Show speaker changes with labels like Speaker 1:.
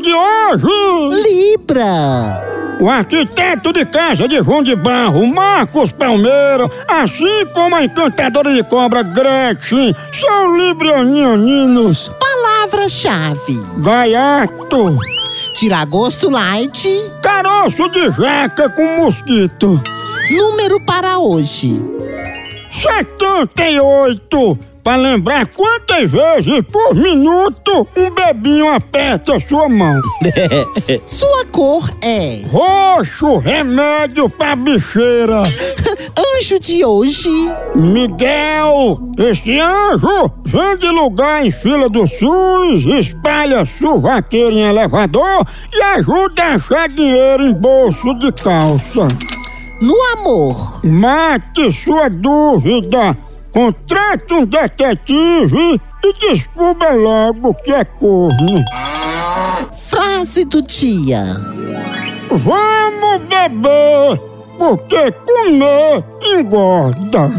Speaker 1: de hoje!
Speaker 2: Libra!
Speaker 1: O arquiteto de casa de João de Barro, Marcos Palmeira, assim como a encantadora de cobra Gretchen, são librianianinos.
Speaker 2: Palavra-chave:
Speaker 1: Gaiato,
Speaker 2: tirar gosto light.
Speaker 1: caroço de jaca com mosquito.
Speaker 2: Número para hoje:
Speaker 1: 78. Pra lembrar quantas vezes por minuto um bebinho aperta sua mão.
Speaker 2: sua cor é
Speaker 1: Roxo, remédio pra bicheira.
Speaker 2: anjo de hoje.
Speaker 1: Miguel, esse anjo vende lugar em fila do SUS, espalha suvaqueiro em elevador e ajuda a achar dinheiro em bolso de calça.
Speaker 2: No amor,
Speaker 1: Mate sua dúvida, contrate um detetive e descubra logo que é corno.
Speaker 2: frase do dia.
Speaker 1: Vamos beber, porque comer engorda.